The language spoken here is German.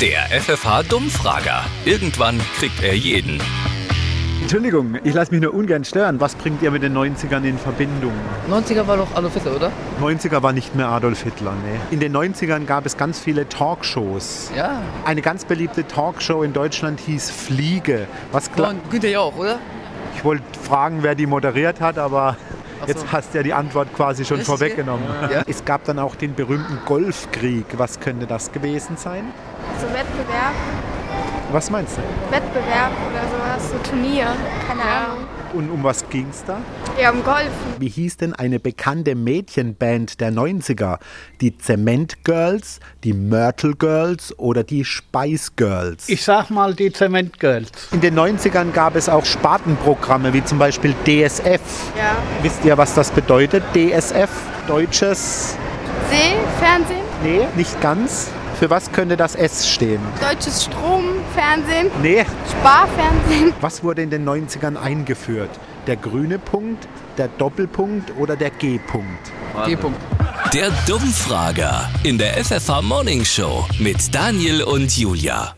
Der FFH-Dummfrager. Irgendwann kriegt er jeden. Entschuldigung, ich lasse mich nur ungern stören. Was bringt ihr mit den 90ern in Verbindung? 90er war doch Adolf Hitler, oder? 90er war nicht mehr Adolf Hitler, ne? In den 90ern gab es ganz viele Talkshows. Ja. Eine ganz beliebte Talkshow in Deutschland hieß Fliege. Was War klar, Günther ja auch, oder? ich wollte fragen, wer die moderiert hat, aber Ach so. jetzt hast du ja die Antwort quasi schon Richtig, vorweggenommen. Ja. Es gab dann auch den berühmten Golfkrieg. Was könnte das gewesen sein? So Wettbewerb, Was meinst du? Wettbewerb oder sowas, so Turnier, keine Ahnung. Und um was ging's da? Ja, um Golf. Wie hieß denn eine bekannte Mädchenband der 90er? Die Zement Girls, die Myrtle Girls oder die Spice Girls? Ich sag mal die Zementgirls. In den 90ern gab es auch Spartenprogramme wie zum Beispiel DSF. Ja. Wisst ihr, was das bedeutet? DSF, deutsches? See, Fernsehen, Nee, nicht ganz. Für was könnte das S stehen? deutsches Strom, Fernsehen, Nee. Sparfernsehen. Was wurde in den 90ern eingeführt? Der grüne Punkt, der Doppelpunkt oder der G-Punkt? G-Punkt. Der Dummfrager in der FFH Morning Show mit Daniel und Julia.